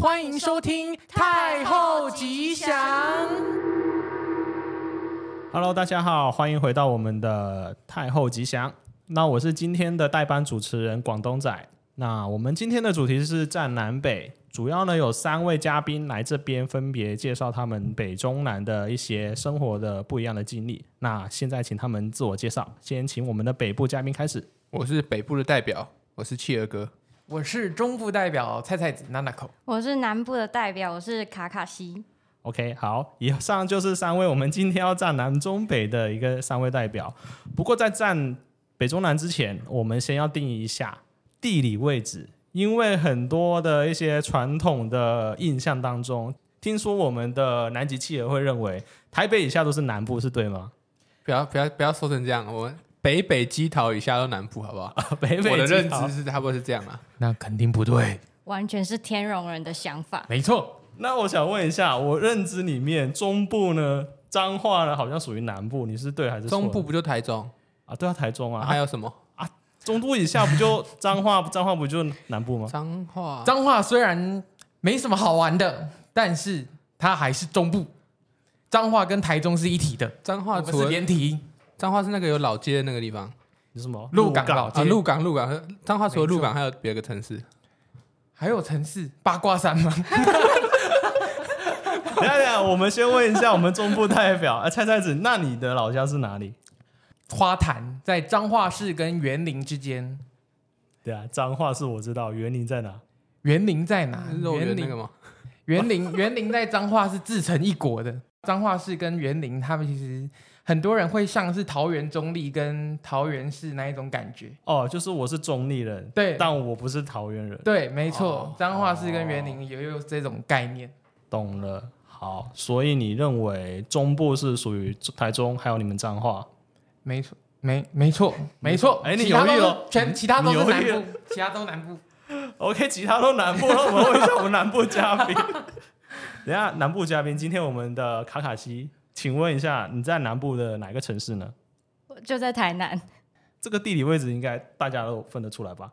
欢迎收听《太后吉祥》。 Hello，大家好，欢迎回到我们的太后吉祥。那我是今天的代班主持人广东仔。那我们今天的主题是站南北，主要呢有三位嘉宾来这边分别介绍他们北中南的一些生活的不一样的经历。那现在请他们自我介绍，先请我们的北部嘉宾开始。我是北部的代表，我是企鹅哥。我是中部代表菜菜子娜娜口，我是南部的代表，我是卡卡西。 OK，好，以上就是三位我们今天要站南中北的一个三位代表。不过在站北中南之前，我们先要定义一下地理位置，因为很多的一些传统的印象当中，听说我们的南极企鹅会认为台北以下都是南部，是对吗？不要不要不要说成这样，我们北北基桃以下都南部，好不好？ 啊北北我的认基桃知是差不多是这样啊。那肯定不对，完全是天龙人的想法。没错，那我想问一下，我认知里面中部呢，彰化呢好像属于南部，你是对还是错中部不哎就台中？啊？对啊，台中啊，还有什么？中部以下不就彰化，彰化不就南部吗？彰化？彰化虽然没什么好玩的，但是它还是中部。彰化跟台中是一体的，彰我化们除是了连体。彰化是那个有老街的那个地方你是什么？鹿港老街啊，鹿港鹿港。彰化除了没错鹿港还有别的城市？还有城市八卦山吗？等一下等一下，我们先问一下我们中部代表， 啊，菜菜子，那你的老家是哪里？花坛在彰化市跟园林之间，对啊，彰化是我知道，园林在哪？园林在哪？肉圆啊园那林个吗？园林 园林在彰化是自成一国的，彰化市跟园林他们其实很多人会像是桃园中立跟桃园市那一种感觉。哦，就是我是中立人，对但我不是桃园人。对，没错，哦彰化市跟园林也有这种概念。懂了，好，所以你认为中部是属于台中，还有你们彰化？没错，没没错，嗯没错。哎你其他都犹豫是哦了全其他都是你犹南豫了部， 其他都南部。 OK，其他都南部，那我们问一下我们南部嘉 宾。等一下，南部嘉宾，今天我们的卡卡西，请问一下，你在南部的哪个城市呢？我就在台南，这个地理位置应该大家都分得出来吧？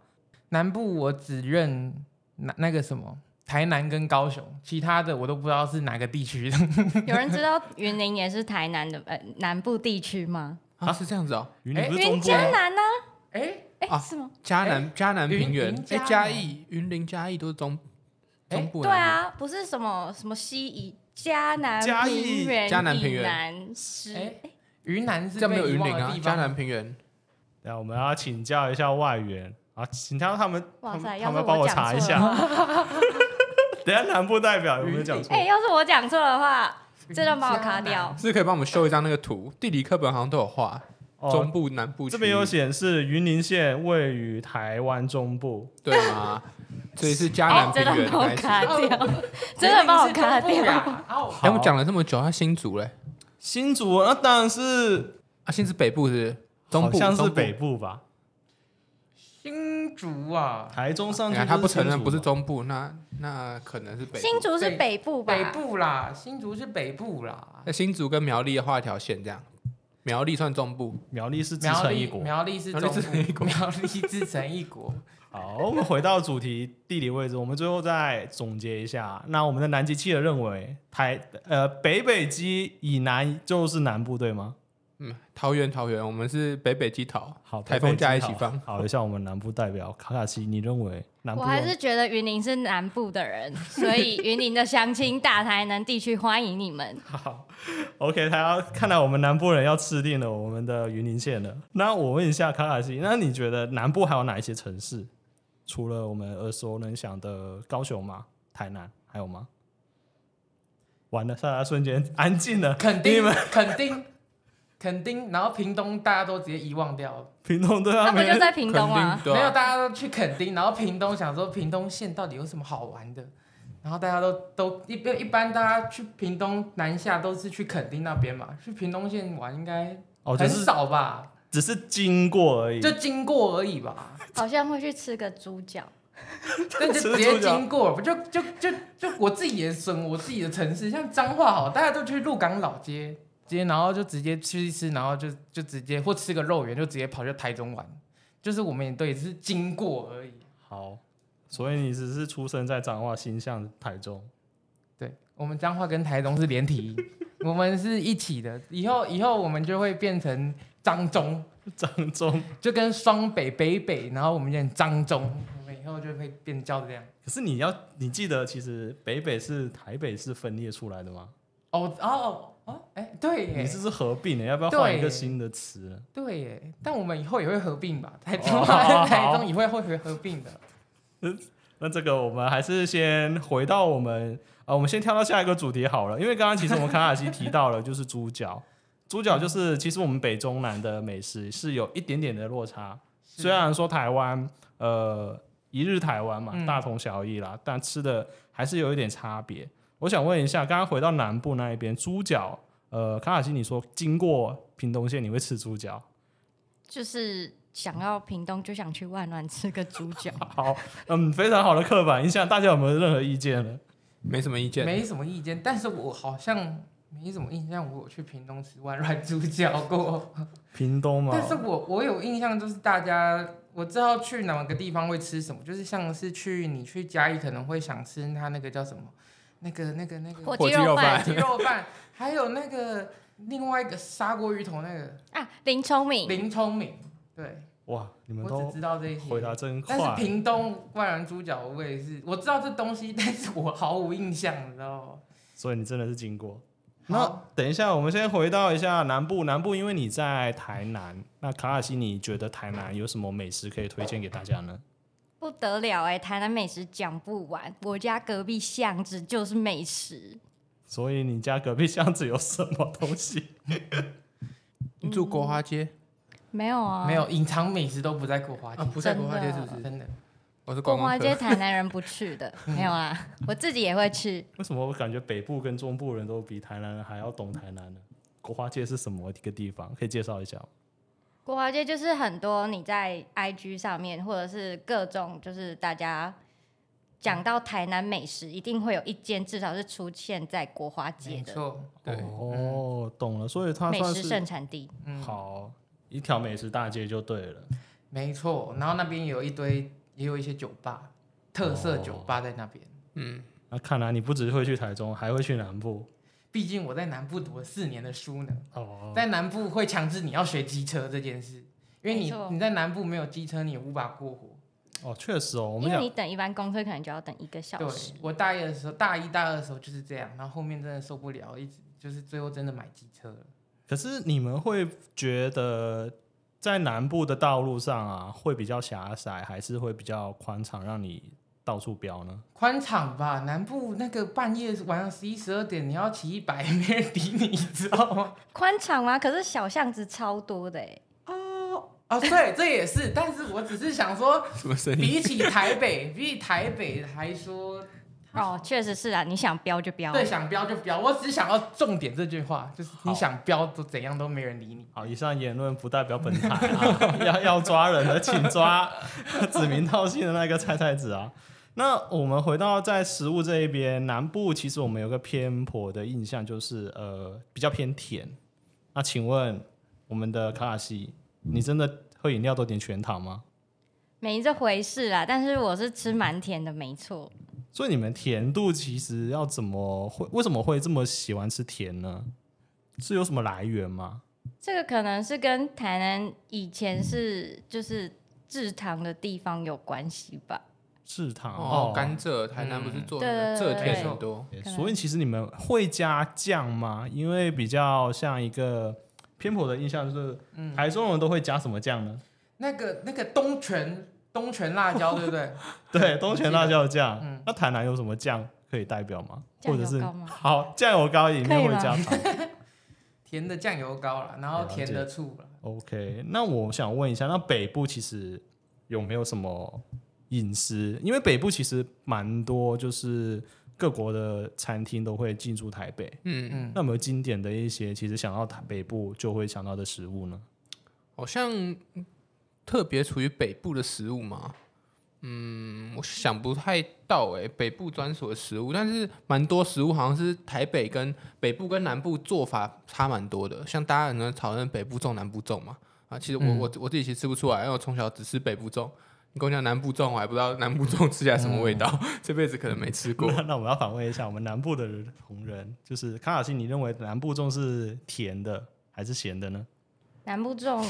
南部我只认那那个什么台南跟高雄，其他的我都不知道是哪个地区的。 有人知道云林也是台南的呃南部地区吗？啊，是这样子哦。云林不是中云部吗嘉南呢、啊哎、哎、啊是吗？嘉南嘉南云平原云，嘉哎，南嘉义、云林、嘉义都是中哎中部。对，啊，不是什么什么西夷、嘉南嘉义平原、嘉南平原以南是、哎云南是这没有被遗云忘林的啊地，嘉方。南平原。那我们要请教一下外援啊，请教他们，哇他塞，们要他是们帮我查讲一错的下。话， 等一下南部代表有没有讲错哎、？要是我讲错的话，这段把我卡掉。是可以帮我们修一张那个图，地理课本好像都有画，中哦，部、南部这边有区显示云林县位于台湾中部，对 吗？所以是嘉哎、南平真的原把我开始。卡掉，哦 真云林的是把我中卡部掉。呀哦哎，我讲了这么久，他新竹嘞，新竹那当然是啊，新竹北部是不是中好部，像中是部北。部吧？新竹啊，台中上你去看哎他不承认新竹不是嘛中部，那那可能是 北新部。竹是北部吧？北部啦，新竹是北部啦。那新竹跟苗栗画一条线，这样苗栗算中部。苗栗是自苗成栗一国。苗栗是中苗栗自成一部，苗栗自成一 国。好，我们回到主题地理位置，我们最后再总结一下。那我们的南极企鹅认为台呃北北极以南就是南部，对吗？嗯，桃园桃园，我们是北北基桃，好，台北风极加一起好放。好，留下我们南部代表卡卡西，你认为南部我有？还是觉得云林是南部的人，所 以云林的乡亲大台南地区欢迎你们。好，OK，他要看来我们南部人要吃定了我们的云林县了。那我问一下卡卡西，那你觉得南部还有哪一些城市？除了我们耳熟能详的高雄吗？台南还有吗？完了，大家瞬间 安静了。肯你定们， 肯定，肯定。然后屏东大家都直接遗忘掉了，屏东对啊，那不没就人在屏东吗？对没有啊，大家都去垦丁，然后屏东想说屏东县到底有什么好玩的，然后大家都都一般一般大家去屏东南下都是去垦丁那边嘛，去屏东县玩应该哦，只很是少吧，只是经过而已。就经过而已吧，好像会去吃个猪脚， 但就直接经过，不就就就就我自己也损我自己的城市，像彰化好，大家都去鹿港老街，直接然后就直接去吃，然后就就直接或吃个肉圆就直接跑去台中玩，就是我们也都也是经过而已。好，所以你只是出生在彰化新向台中。对，我们彰化跟台中是连体婴， 我们是一起的。以后以后我们就会变成彰中，彰中，就跟双北北北，然后我们变成彰中，我们以后就会变叫这样。可是你要你记得，其实北北是台北是分裂出来的吗？哦哦哦，哎、对你耶，这是合并的，要不要换一个对新的词呢？对耶，但我们以后也会合并 吧？台中、哦好台中以后会合合并的。那这个我们还是先回到我们啊、呃我们先跳到下一个主题好了，因为刚刚其实我们卡卡西提到了就是猪脚， 猪脚就是其实我们北中南的美食是有一点点的落差，是虽然说台湾呃一日台湾嘛嗯大同小异啦，但吃的还是有一点差别。我想问一下，刚刚回到南部那一边，猪脚呃卡卡西你说经过屏东县你会吃猪脚？就是想要屏东就想去万峦吃个猪脚，好，嗯，非常好的刻板印象，大家有没有任何意见呢？没什么意见。没什么意见，但是我好像没什么印象，我有去屏东吃万软猪脚 过。屏东嘛，但是我我有印象，就是大家我知道去哪个地方会吃什么，就是像是去你去嘉义可能会想吃他那个叫什么，那个那个那个 火鸡鸡肉肉饭饭鸡肉饭，还有那个另外一个砂锅鱼头那个啊，林聪明，林聪明，对哇，你们我都只知道这一些回。答真但是快。屏东万软猪脚，我也是我知道这东西， 但是我毫无印象，你知道吗？所以你真的是经过。那好等一下，我们先回到一下南部。南部，因为你在台南，那卡卡西，你觉得台南有什么美食可以推荐给大家呢？不得了哎、台南美食讲不完，我家隔壁巷子就是美食，所以你家隔壁巷子有什么东西？ 你住国华街没有啊，没有隐藏美食都不在国华街啊？，不在真国华街的是不是？真的。嗯我是观光光华客街。台南人不去 的，没有啦，我自己也会去。为什么我感觉北部跟中部人都比台南人还要懂台南呢？国华街是什么一个地方？可以介绍一下吗？国华街就是很多你在 IG 上面，或者是各种就是大家讲到台南美食，一定会有一间至少是出现在国华街没的错，对哦，懂了，所以它美算食是盛产地。嗯，，好一条美食大街就对了。没错。然后那边有一堆，也有一些酒吧，特色酒吧在那边。嗯，那看来你不只会去台中，还会去南部毕竟我在南部读了四年的书呢，哦。在南部会强制你要学机车这件事，因为没你错你在南部没有机车，你也无法过活。哦，确实哦，我们因为讲你等一般公车可能就要等一个小对时，，我大一的时候，大一大二的时候就是这样，然后后面真的受不了，一直就是最后真的买机车了。可是你们会觉得在南部的道路上啊，会比较狭窄，还是会比较宽敞，让你到处飙呢？宽敞吧，南部那个半夜晚上十一十二点，你要骑一百， 没人理你，你知道吗？宽敞啊吗？可是小巷子超多的哎， 啊，对，这也是，但是我只是想说， 什么声音？比起台北， 比起台北还说，哦，确实是啊，你想飙就飙。对，想飙就飙。我只想要重点这句话，就是好你想飙都怎样都没人理你。好，以上言论不代表本台啊， 要要抓人的请抓指名道姓的那个菜菜子啊。那我们回到在食物这一边，南部其实我们有个偏颇的印象，就是呃比较偏甜。那请问我们的卡卡西，你真的喝饮料都点全糖吗？没这回事啦，但是我是吃蛮甜的，没错。所以你们甜度其实要怎么会为什么会这么喜欢吃甜呢？是有什么来源吗？这个可能是跟台南以前是就是制糖的地方有关系吧。制糖哦，甘蔗，台南不是做那个嗯蔗对甜很多？对可能所以其实你们会加酱吗？因为比较像一个偏颇的印象，就是嗯，台中人都会加什么酱 呢？那个那个东泉东泉辣椒，对不 对？对，东泉辣椒酱。嗯那台南有什么酱可以代表吗？酱或油者是膏吗好酱油膏里面可以会吗加糖。甜的酱油膏啦，然后甜的醋啦。 OK，那我想问一下，那北部其实有没有什么饮食？因为北部其实蛮多，就是各国的餐厅都会进驻台北。嗯，嗯，那有没有经典的一些，其实想到台北部就会想到的食物呢？好像特别处于北部的食物嘛。嗯，我想不太到诶、北部专属的食物，但是蛮多食物好像是台北跟北部跟南部做法差蛮多的。像大家嗯可能讨论北部粽、南部粽嘛，啊，其实我、我我自己其实吃不出来，因为我从小只吃北部粽，你跟我讲南部粽，我 还不知道南部粽吃起来什么味道，嗯这辈子可能没吃过。那 那我要反问一下，我们南部的人同仁，就是康雅欣，你认为南部粽是甜的还是咸的呢？南部粽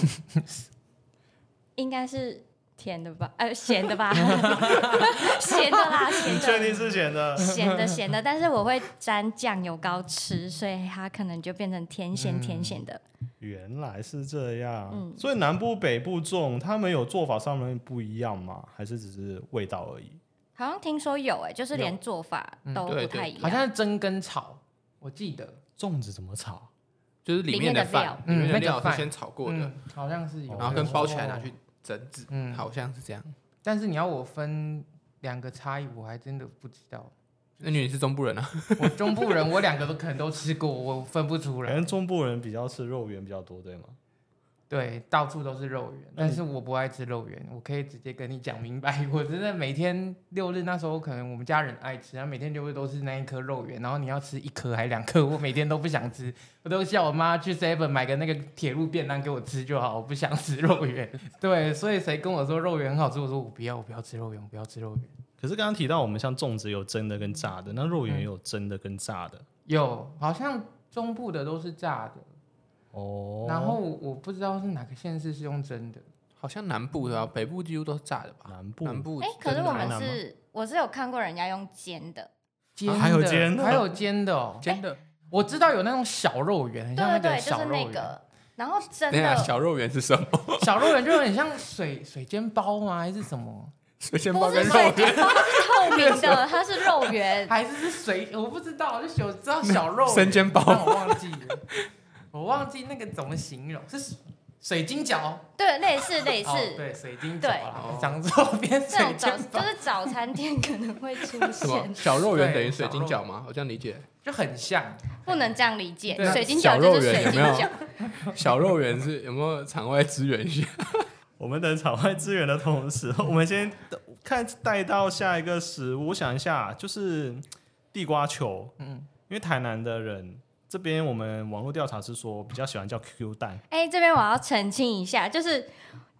应该是甜的吧？呃，咸的吧？ 咸的啦，你咸确定的，是咸的？咸的咸的。但是我会沾酱油膏吃，所以它可能就变成甜咸甜咸的。原来是这样，嗯所以南部北部粽他们有做法上面不一样吗？还是只是味道而已？好像听说有哎、就是连做法都对不对太一样。好像是蒸跟炒，我记得，粽子怎么炒？就是里面的饭，里里面的料嗯面的那个料饭是先炒过的，嗯，好像是有，哦然后跟包起来拿去整制，嗯好像是这样。但是你要我分两个差异，我还真的不知道。 那你是中部人啊？我中部人，我两个都可能都吃过，我分不出可来。能中部人比较吃肉圆比较多，对吗？对，到处都是肉圆，但是我不爱吃肉圆，我可以直接跟你讲明白。我真的每天六日那时候，可能我们家人爱吃，然后每天六日都是那一颗肉圆，然后你要吃一颗还两颗，我每天都不想吃，我都叫我妈去 seven 买个那个铁路便当给我吃就好，我不想吃肉 圆。对，所以谁跟我说肉圆很好吃，我说我不要，我不要吃肉圆，我不要吃肉圆。可是刚刚提到我们像粽子有蒸的跟炸的，那肉圆也有蒸的跟炸的、有，好像中部的都是炸的，哦。然后我不知道是哪个县市是用蒸的。好像南部的啊，北部几乎都是炸的吧？南部南部哎、可是真的我还们难吗是，我是有看过人家用煎的，煎的啊还有煎的还有煎的哦！真的，我知道有那种小肉圆，很对像对个对，就小是肉那圆。个。然后真等一下的小肉圆是什么？ 小肉圆就有点像水水煎包吗？还是什么？水煎包不跟是肉水圆，煎包，是透明的，它是肉 圆。还是是水？我不知道，我就有知道小肉圆生煎包但我忘记了，我忘记那个怎么形容，是水晶饺，对，类似类似哦，对，水晶饺对啦，长之后变这水种煎早包就，是早餐店可能会出什么现，小肉圆对等于水晶小饺吗？我这样理解，就很像。不能这样理解对。水晶小饺就肉是圆水有晶没有饺，小肉圆是 有没有场外支援一下？我们等场外资源的同时， 我们先看带到下一个食物。我想一下，就是地瓜球，嗯，因为台南的人这边我们网络调查是说比较喜欢叫 QQ 蛋， 哎，这边我要澄清一下，就是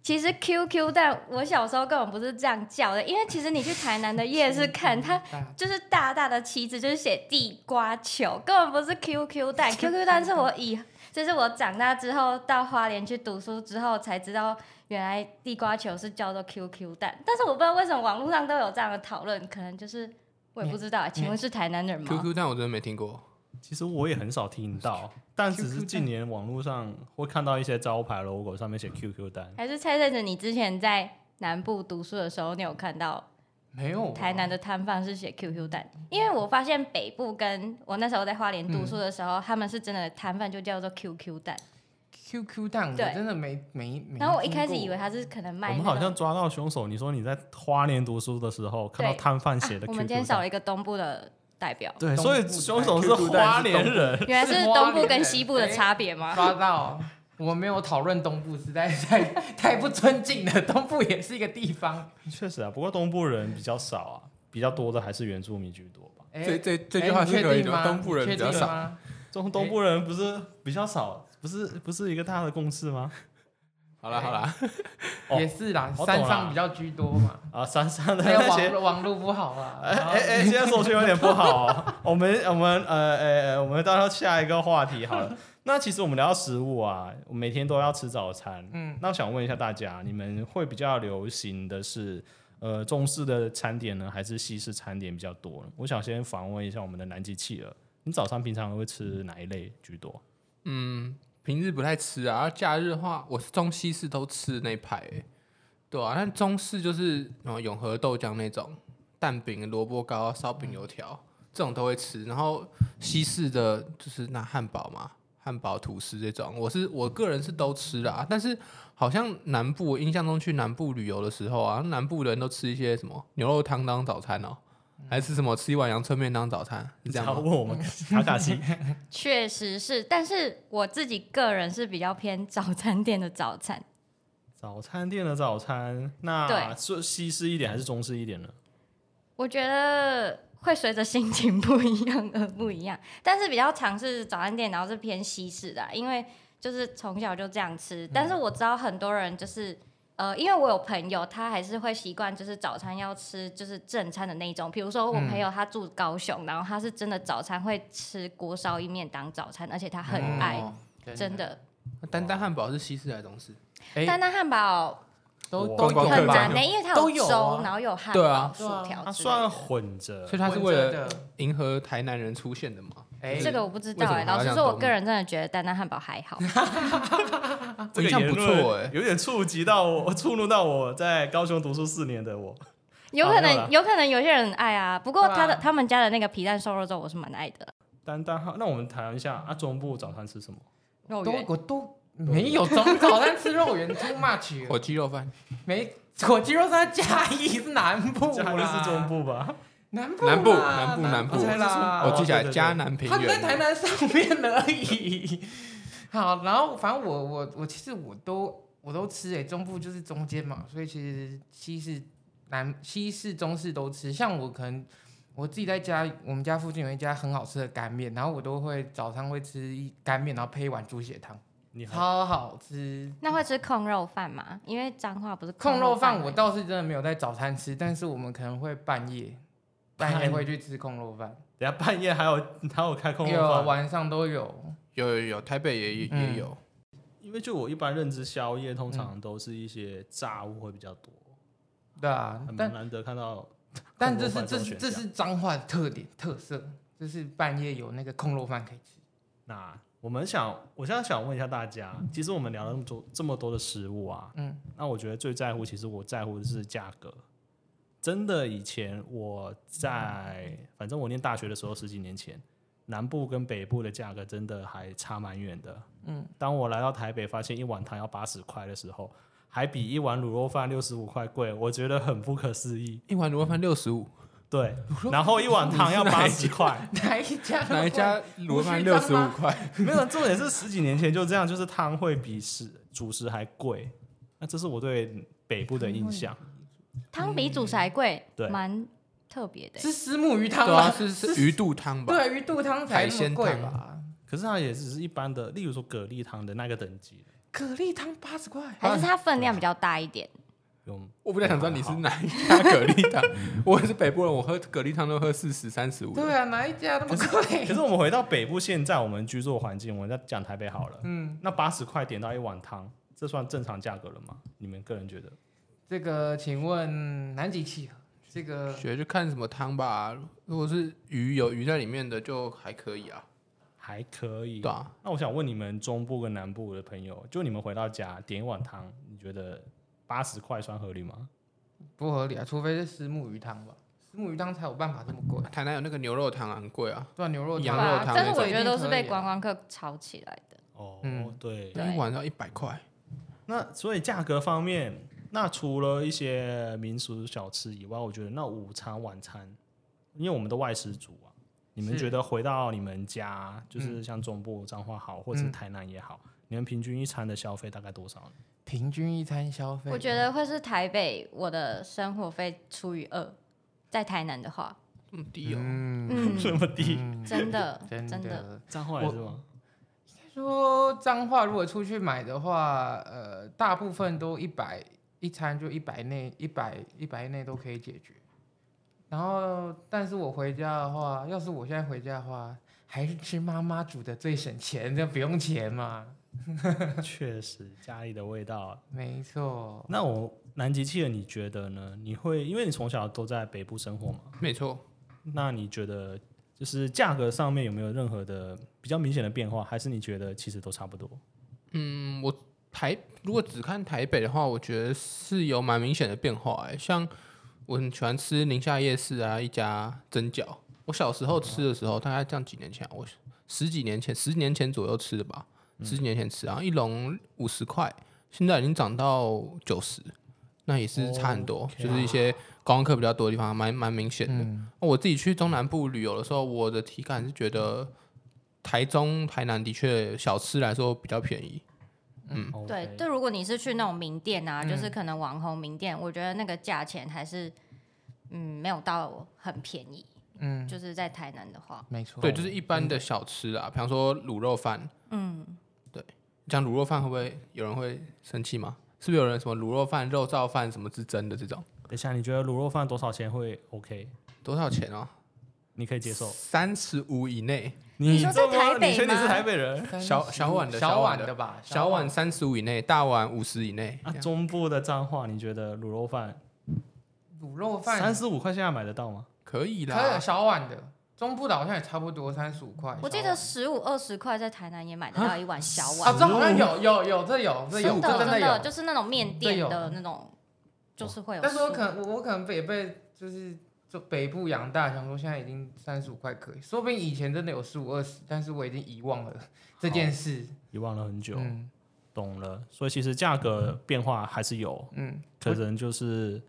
其实 QQ 蛋，我小时候根本不是这样叫的，因为其实你去台南的夜市看嗯它。啊就是大大的旗子，就是写地瓜球，根本不是 QQ 蛋。QQ 蛋是我以，这是我长大之后到花莲去读书之后才知道，原来地瓜球是叫做 QQ 蛋。但是我不知道为什么网络上都有这样的讨论，可能就是我也不知道。请问是台南人吗？ QQ 蛋我真的没听过，其实我也很少听 到，但只是近年网络上会看到一些招牌 logo 上面写 QQ 蛋。还是蔡先生，你之前在南部读书的时候，你有看到没有啊台南的摊贩是写 QQ 蛋？因为我发现北部跟我那时候在花莲读书的时候，他们是真的摊贩就叫做 QQ 蛋。 QQ 蛋，我对真的没没没。然后我一开始以为他是可能我卖、那们个好像抓到凶手。你说你在花莲读书的时候看到对摊贩写的啊、我们 QQ 今天少蛋，，了一个东部的代表对，东所以部凶哎蛋手是 QQ 蛋是花莲东人。 原来是是 花东部莲跟人西部的差别吗？抓到，我没有讨论东部，实在是太太不尊敬了。 东部也是一个地方，确实啊，不过东部人比较少啊，比较多的还是原住民居多吧。哎、这这这哎句话你是确可以定的，吗东部人比较你确定少。吗中东哎部人不是比较少，不是不是一个大的共识吗？好了好了，哦也是啦，我懂啦山上比较居多 嘛，啊，山上的还有那网些。络网络不好啦。哎然后哎哎，现在手讯有点不好、哦。 我们我们呃呃，呃我们到到下一个话题好 了。那其实我们聊到食物啊，我每天都要吃早餐。嗯，那我想问一下大家，你们会比较流行的是呃中式的餐点呢，还是西式餐点比较多呢？我想先访问一下我们的南极企鹅，你早上平常会吃哪一类居多？嗯，平日不太吃啊，假日的话我是中西式都吃那一派、欸，对啊，但中式就是呃永和豆浆那种蛋饼、萝卜糕、烧饼、油条这种都会吃，然后西式的就是那汉堡嘛。汉堡、吐司这种，我是我个人是都吃啦，但是好像南部，我印象中去南部旅游的时候啊，南部人都吃一些什么牛肉汤当早餐哦、还是什么吃一碗阳春面当早餐，是这样要吗？问我们卡卡 西，确实是，但是我自己个人是比较偏早餐店的早餐。早餐店的早餐，那对是西式一点还是中式一点呢？我觉得会随着心情不一样而不一样，但是比较尝试早餐店，然后是偏西式的啊、因为就是从小就这样吃。但是我知道很多人就是呃，因为我有朋友，他还是会习惯，就是早餐要吃就是正餐的那一种。比如说我朋友他住高雄，然后他是真的早餐会吃锅烧意面当早餐，而且他很爱，哦真。的。丹丹汉堡是西式还是中式？哎丹丹汉堡都哇都观光有客很吧吧难呢、因为它都有有啊粥，然后有汉对堡啊、薯条它之类的算。混着所以，它是混为着了嗯的迎合台南人出现的嘛？哎这个我不知为道什哎、么还要老这实样说，我动个人真的觉得丹丹汉堡还好。啊这印个象不言论错欸哎有点触及到我， 触怒到我在高雄读书四年的我。有好可没有啦能，有可能有些人爱啊。不过对啊他的他们家的那个皮蛋瘦肉粥，我是蛮爱的。丹丹号，那我们谈一下啊，中部早餐吃什么？肉都圆，我都没有中午 早餐吃肉圆 too much，火鸡肉饭，没火鸡肉饭嘉义是南部这还啦，是中部吧？南部南部啦南部南部南啦，哦我记起来对对对嘉南平他在原台南上面而已。 好，然后反正我我我其实我都我都吃诶、中部就是中间嘛，所以其实西式、南西式、中式都吃。像我可能我自己在家，我们家附近有一家很好吃的干面，然后我都会早上会吃一干面，然后配一碗猪血汤，你好，超好吃。那会吃控肉饭吗？因为彰化不是控肉饭吗我倒是真的没有在早餐吃，但是我们可能会半夜半夜会去吃控肉饭，等下半夜还有还有开空有啊饭，晚上都有。有有有，台北也也也嗯有。因为就我一般认知，宵夜通常都是一些炸物会比较多，对啊，很但蛮难得看到。但这是控肉饭这种是选这项是彰化的特点特色，就是半夜有那个空肉饭可以吃。那我们想，我现在想问一下大家，其实我们聊了那么多这么多的食物啊，嗯，那我觉得最在乎，其实我在乎的是价格。真的，以前我在，反正我念大学的时候，十几年前，南部跟北部的价格真的还差蛮远的。嗯，当我来到台北，发现一碗汤要八十块的时候，还比一碗卤肉饭六十五块贵，我觉得很不可思议。一碗卤肉饭六十五，对，然后一碗汤要八十块，哪一家？哪一？家卤肉饭无须六章十五吗块？没有，重点是十几年前就这样，就是汤会比食主食还贵。那这是我对北部的印象。汤比主食还嗯贵，对蛮特别的欸。 是石母鱼汤对啊，吗？是是鱼肚汤吧？ 对鱼肚汤才那么贵海鲜吧？可是它也只是一般的，例如说蛤蜊汤的那个等级，蛤蜊汤八十块，欸还是它分量比较大一点，有我不太想知道你是哪一家蛤 蜊汤。我也是北部人，我喝蛤蜊汤都喝四十、三十五。对啊，哪一家那么贵？可是我们回到北部，现在我们居住环境，我们在讲台北好了。嗯，那八十块点到一碗汤，这算正常价格了吗？你们个人觉得？ 这个请问南极契合这个学就看什么汤吧。如果是鱼有鱼在里面的，就还可以啊。还可以。对啊，那我想问你们中部跟南部的朋友，就你们回到家点一碗汤，你觉得八十块算合理吗？不合理啊？除非是石母鱼汤吧，石母鱼汤才有办法这么贵。台南有那个牛肉汤啊很贵啊，对啊，牛肉对羊汤肉啊汤但那是我种觉得都是一定可以被啊观光客炒起来的。哦，嗯对对一碗要一百块。那所以价格方面，那除了一些民俗小吃以外，我觉得那午餐、晚餐，因为我们的外食族啊，你们是觉得回到你们家，就是像中部彰化好，或者是嗯台南也好，你们平均一餐的消费大概多少呢？平均一餐消费，我觉得会是台北我的生活费除以二，在台南的话，这么低哦，嗯，嗯，这么低，嗯真的 真真的。的。彰化也是吗？说脏话，如果出去买的话，呃，大部分都一百一餐就一百内，一百一百内都可以解决。然后，但是我回家的话，要是我现在回家的话，还是吃妈妈煮的最省钱，这不用钱嘛。确实，家里的味道。没错，那我南极企鹅，你觉得呢？你会因为你从小都在北部生活嘛？没错。那你觉得就是价格上面有没有任何的比较明显的变化，还是你觉得其实都差不多？嗯，我台如果只看台北的话，我觉得是有蛮明显的变化、欸。像我很喜欢吃宁夏夜市啊，一家蒸饺。我小时候吃的时候，大概这样几年前啊，我十几年前、十年前左右吃的吧，十几年前吃啊，然后一笼五十块，现在已经涨到九十，那也是差很多。 OK 就是一些观光客比较多的地方，蛮蛮明显的。嗯，我自己去中南部旅游的时候，我的体感是觉得台中、台南的确小吃来说比较便宜。对，哦 OK 就如果你是去那种名店啊，嗯就是可能网红名店，我觉得那个价钱还是，嗯，没有到很便宜。嗯，就是在台南的话，没错，对，就是一般的小吃啦，比方说卤肉饭。嗯，讲卤肉饭会不会有人会生气吗？是不是有人什么卤肉饭、肉燥饭什么是真的这种？等一下，你觉得卤肉饭多少钱会 OK？多少钱啊？你可以接受？三十五以内，你说在这么台北你确定你是吗台北人？小小碗的小碗的吧，小碗碗三十五以内，大碗五十以内。啊，这样中部的脏话，你觉得卤肉饭卤肉饭三十五块现在买得到吗？可以可啦以，小碗的，中部的好像也差不多三十五块。我记小得碗十五二十块在台南也买得到一碗小啊，碗，这好像有有有这有这有真的这真有嗯的，就是那种面这店有的那种，就是会有15。但是我可能我我可能也被就是就北部养大，想说现在已经三十五块可以，说不定以前真的有十五二十，但是我已经遗忘了这件事。遗忘了很久，嗯懂了。所以其实价格变化还是有，嗯，可能就是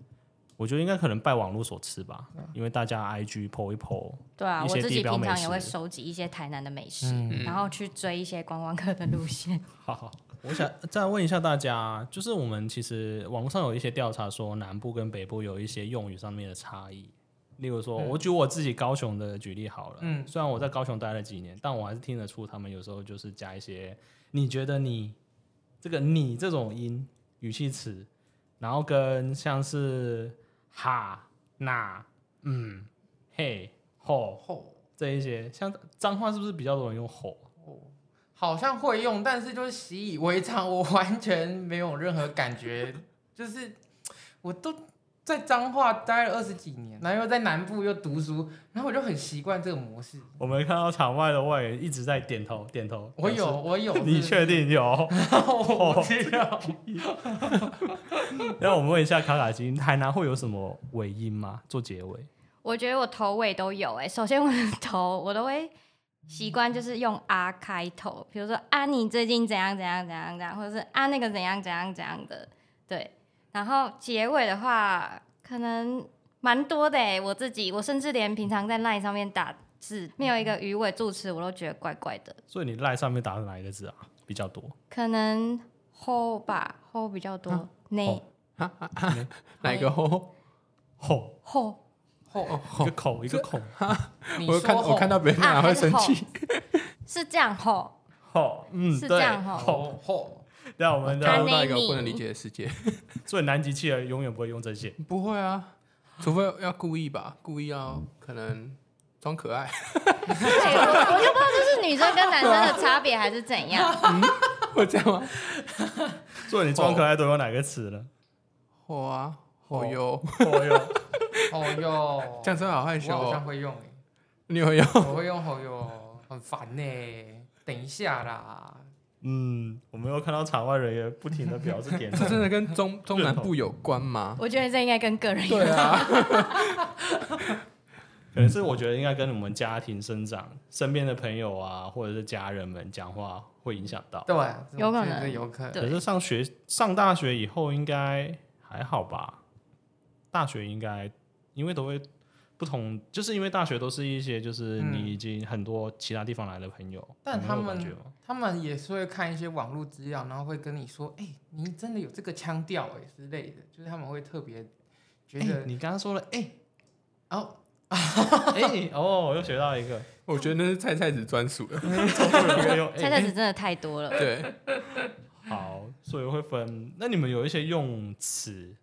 我觉得应该可能拜网络所赐吧，嗯因为大家 IG PO 一 PO，对啊，一我些自地己标平美常也会食收集一些台南的美食，嗯然后去追一些观光客的路线。好，我想再问一下大家，就是我们其实网络上有一些调查说南部跟北部有一些用语上面的差异。例如说，嗯我举我自己高雄的举例好了。嗯虽然我在高雄待了几年，但我还是听得出他们有时候就是加一些你觉得你这个你这种音语气词，然后跟像是哈、那、嗯、嘿、吼后这一些，像脏话是不是比较多人用吼？啊好像会用，但是就是习以为常，我完全没有任何感觉，就是我都。在彰化待了二十几年，然后又在南部又读书，然后我就很习惯这个模式。我们看到场外的外援一直在点头点头。我有，我有表示，，你是哦确 定有？我哦不知 道。然后我们问一下卡卡金，台南会有什么尾音吗？做结尾？我觉得我头尾都有哎、首先我的头我都会习惯就是用啊开头，比如说啊你最近怎样怎样怎样怎样，或者是啊那个怎样怎样怎样的，对。然后结尾的话，可能蛮多的哎、我自己我甚至连平常在 LINE 上面打字没有一嗯个鱼尾助词，我都觉得怪怪的，所以你赖上面打的哪一个字啊比较多？可能 hold 吧 hold 比较啊多，内哪一个？哦吼， hold 后一个口一个孔，你我说看我后看到别人啊哪还会是生吼气？是这样 hold 吼，嗯，是这对，样吼，吼。后后让我们看的到到一个内密不能理解的世界。 最南极企鹅永远不会用这哦些。不会啊，除非要故意吧，故意要可能装可爱， 对，我我就不知道这是女生跟男生的差别还是怎样。会这样吗？所以你装可爱都用哪个词呢？吼啊，吼哟，吼哟，后 哟，这样真的好害羞我好像哦。会用欸，你会用？我会用好哟，很烦呢、等一下啦，嗯，我们又看到场外人员不停的表示点头 这。真的跟中中南部有关吗？我觉得这应该跟个人有对啊。可能是我觉得应该跟我们家庭生长、身边的朋友啊，或者是家人们讲话会影响到。对，啊有可能这个有可能。对可是上学、上大学以后应该还好吧？大学应该因为都会不同，就是因为大学都是一些就是嗯你已经很多其他地方来的朋友，但你会有他们感觉吗？他们也是会看一些网络资料，然后会跟你说，哎、你真的有这个腔调哎、之类的，就是他们会特别觉哎、得，你刚刚说了，哎、 哦，哎、哦，我又学到 一个，我觉得那是菜菜子专属的。中国人会用哎菜菜子真的太多了。 对，好，所以会分。那你们有一些用词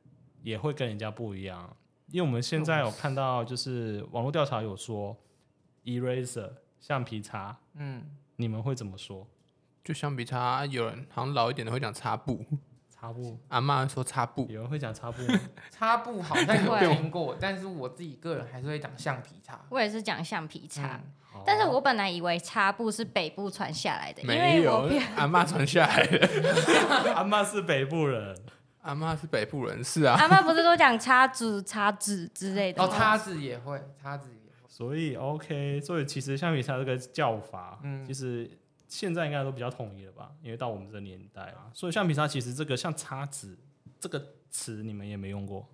也会跟人家不一样，因为我们现在有看到，就是网络调查有说 eraser 橡皮擦，嗯，你们会怎么说？就相比擦，有人好像老一点的会讲擦布，擦布，阿妈说擦布，有人会讲擦布吗？擦布好像有会听过，但是我自己个人还是会讲橡皮擦。我也是讲橡皮擦，嗯好但是我本来以为擦布是北部传下来的，因没为有我偏，阿妈传下来的。阿妈是北部人，阿妈是北部人，是啊， 阿妈不是都讲擦子、擦纸之类的哦，吗。擦子也会，擦子也会，所以 OK，所以其实橡皮擦这个叫法，嗯其实现在应该都比较统一了吧？因为到我们这个年代啊，所以橡皮擦其实这个像擦纸这个词，你们也没用过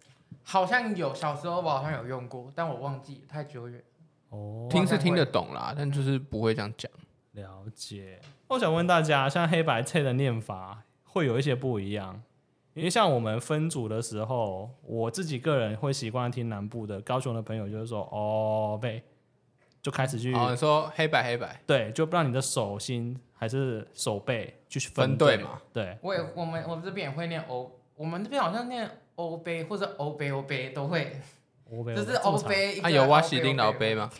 好像有，小时候我好像有用过，但我忘记了，太久远了。哦听是听得懂啦，但就是不会这样讲。了解。我想问大家，像黑白菜的念法会有一些不一样，因为像我们分组的时候，我自己个人会习惯听南部的，高雄的朋友就是说哦呗，就开始去、哦，你说黑白黑白对，就不让你的手心还是手背去分队队嘛？对，我也我们我们这边也会念 o 我们这边好像念欧杯或者欧杯欧杯都会，欧杯，这是这么欧长，杯。一啊，个哦有挖欧杯喜丁老杯？欧吗？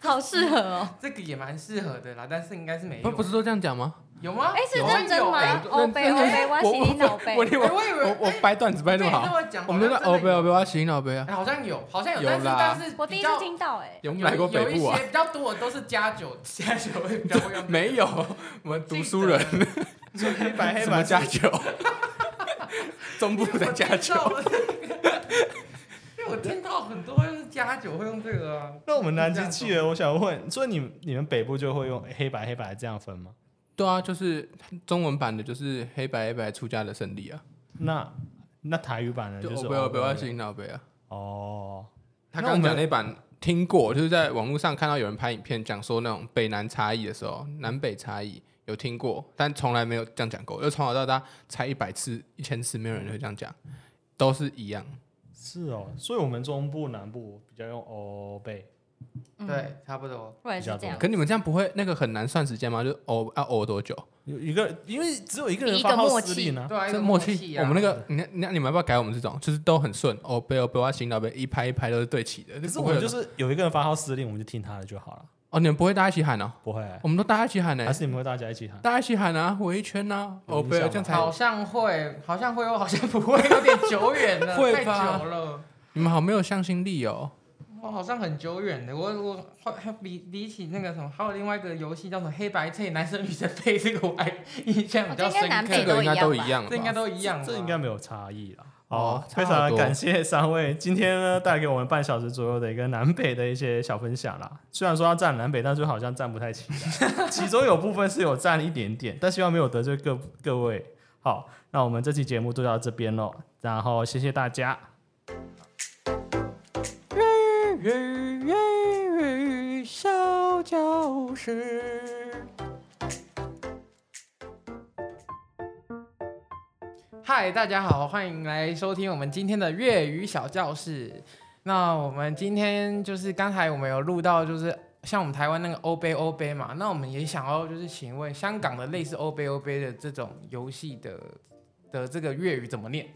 好适合哦。这个也蛮适合的啦，但是应该是没不有。不是都这样讲吗？有吗？哎，是有啊认真有哎吗？欧贝欧贝，挖我洗你脑贝我。以为哎我以为我我掰段子掰被那你么这好，么讲，我们都在好像欧真贝的欧有贝挖喜丁老杯啊，哎好像有，好像有，有但是啦但是我比第一较次听到哎，有有没有来过有北一部啊。些？比较多的都是加酒， 加酒会比较会用没有，我们读书人，黑白黑什么白加酒， 中 部的加酒，我听到。因为我听到很多用加酒会用这个啊。那我们南极企鹅，我想问，所以你你们北部就会用黑白黑白这样分吗？对啊，就是中文版的，就是黑白黑白出家的胜利啊，那那台语版呢？就哎哦就欧是贝欧贝欧挖贝喜丁老杯啊。哦，他那刚我刚讲们那版听过，就是在网络上看到有人拍影片讲说那种北南差异的时候，南北差异有听过，但从来没有这样讲过。就从小到大猜一百次、一千次，没有人会这样讲，都是一样。是哦，所以我们中部南部比较用欧贝，嗯，对，差不多。我也是这样可。你们这样不会那个很难算时间吗？就是偶要偶多久？有一个因为只有一个人一个发号默施契令呢，对啊，一这个默契契，啊。我们那个，你你你们要不要改我们这种？就是都很顺，哦，背哦背啊，行到背，一拍一拍都是对齐的。可是不我会有们就是有一个人发号施令，我们就听他的就好了，哦，你们不会大家一起喊哦，不会，我们都大家一起喊呢、还是你们会大家一起喊？大家一起喊啊，围一圈啊，有哦，印背哦，象这样才好像会，好像会，我好像不会，有点久远了， 会太吧久了。你们好没有向心力哦。我好像很久远的，我我还还比比起那个什么，还有另外一个游戏叫什么黑白配，男生女生配，这个我还印象比较我觉得深应该南刻。北这个应该都一样吧，这应该都一样吧，这应该没有差异啦。哦非差好常多感谢三位今天呢带给我们半小时左右的一个南北的一些小分享啦。虽然说要站南北，但是好像站不太起 来，其中有部分是有站一点点，但希望没有得罪各各位。好，那我们这期节目就到这边喽，然后谢谢大家。日日小教室。嗨，大家好，欢迎来收听我们今天的粤语小教室。那我们今天就是刚才我们有录到，就是像我们台湾那个欧杯欧杯嘛，那我们也想要就是请问香港的类似欧杯欧杯的这种游戏的的这个粤语怎么念？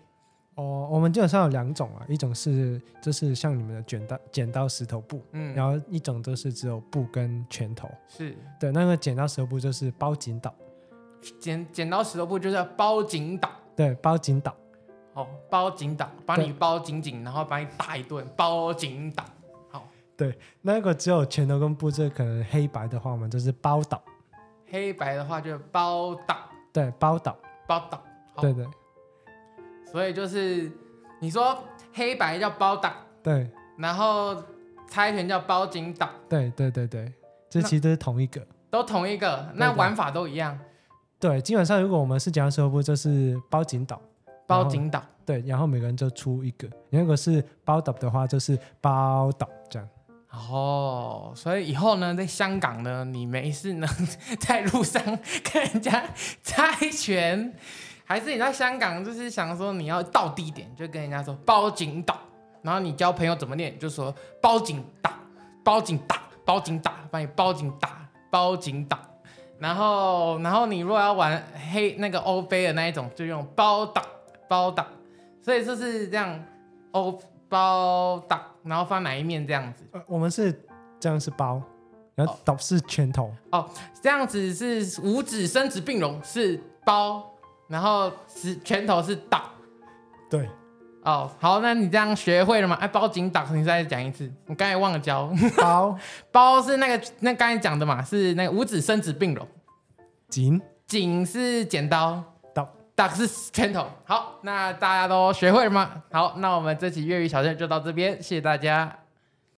哦，我们基本上有两种啊，一种是就是像你们的剪刀剪刀石头布，嗯，然后一种就是只有布跟拳头。是对，那个剪刀石头布就是包紧岛，剪剪刀石头布就是要包紧岛。对，包紧岛，好，哦包紧打，把对你包紧紧，然后把你打一顿，包紧打。那个只有拳头跟布，这可能黑白的话，我们就是包岛，黑白的话就是包打，对，包岛，包打。好，对对所以就是你说黑白叫包打，对然后猜拳叫包紧打，对对对对，这那其实都是同一个。都同一个，那对的玩法都一样，对，基本上如果我们是剪刀石头布，就是包紧岛，包紧打。对，然后每个人就出一个。如果是包岛的话，就是包岛这样。哦，所以以后呢，在香港呢，你没事呢， 在路上跟人家猜拳，还是你在香港就是想说你要到地点，就跟人家说包紧打，然后你教朋友怎么念，就说包紧打，包紧打，包紧打，把你包紧打，包紧打。然后，然后你如果要玩黑那个欧菲的那一种，就用包打包打，所以就是这样欧包打，然后翻哪一面这样子。呃，我们是这样是包，然后哦岛是拳头。这样子是五指伸直并拢是包，然后指拳头是打。对，哦，好，那你这样学会了吗？哎，包紧打，你再讲一次，我刚才忘了教。 包包是那个那刚才讲的嘛，是那个五指伸直并拢，紧紧是剪刀，打打是拳头。好，那大家都学会了吗？好，那我们这期粤语小镇就到这边，谢谢大家。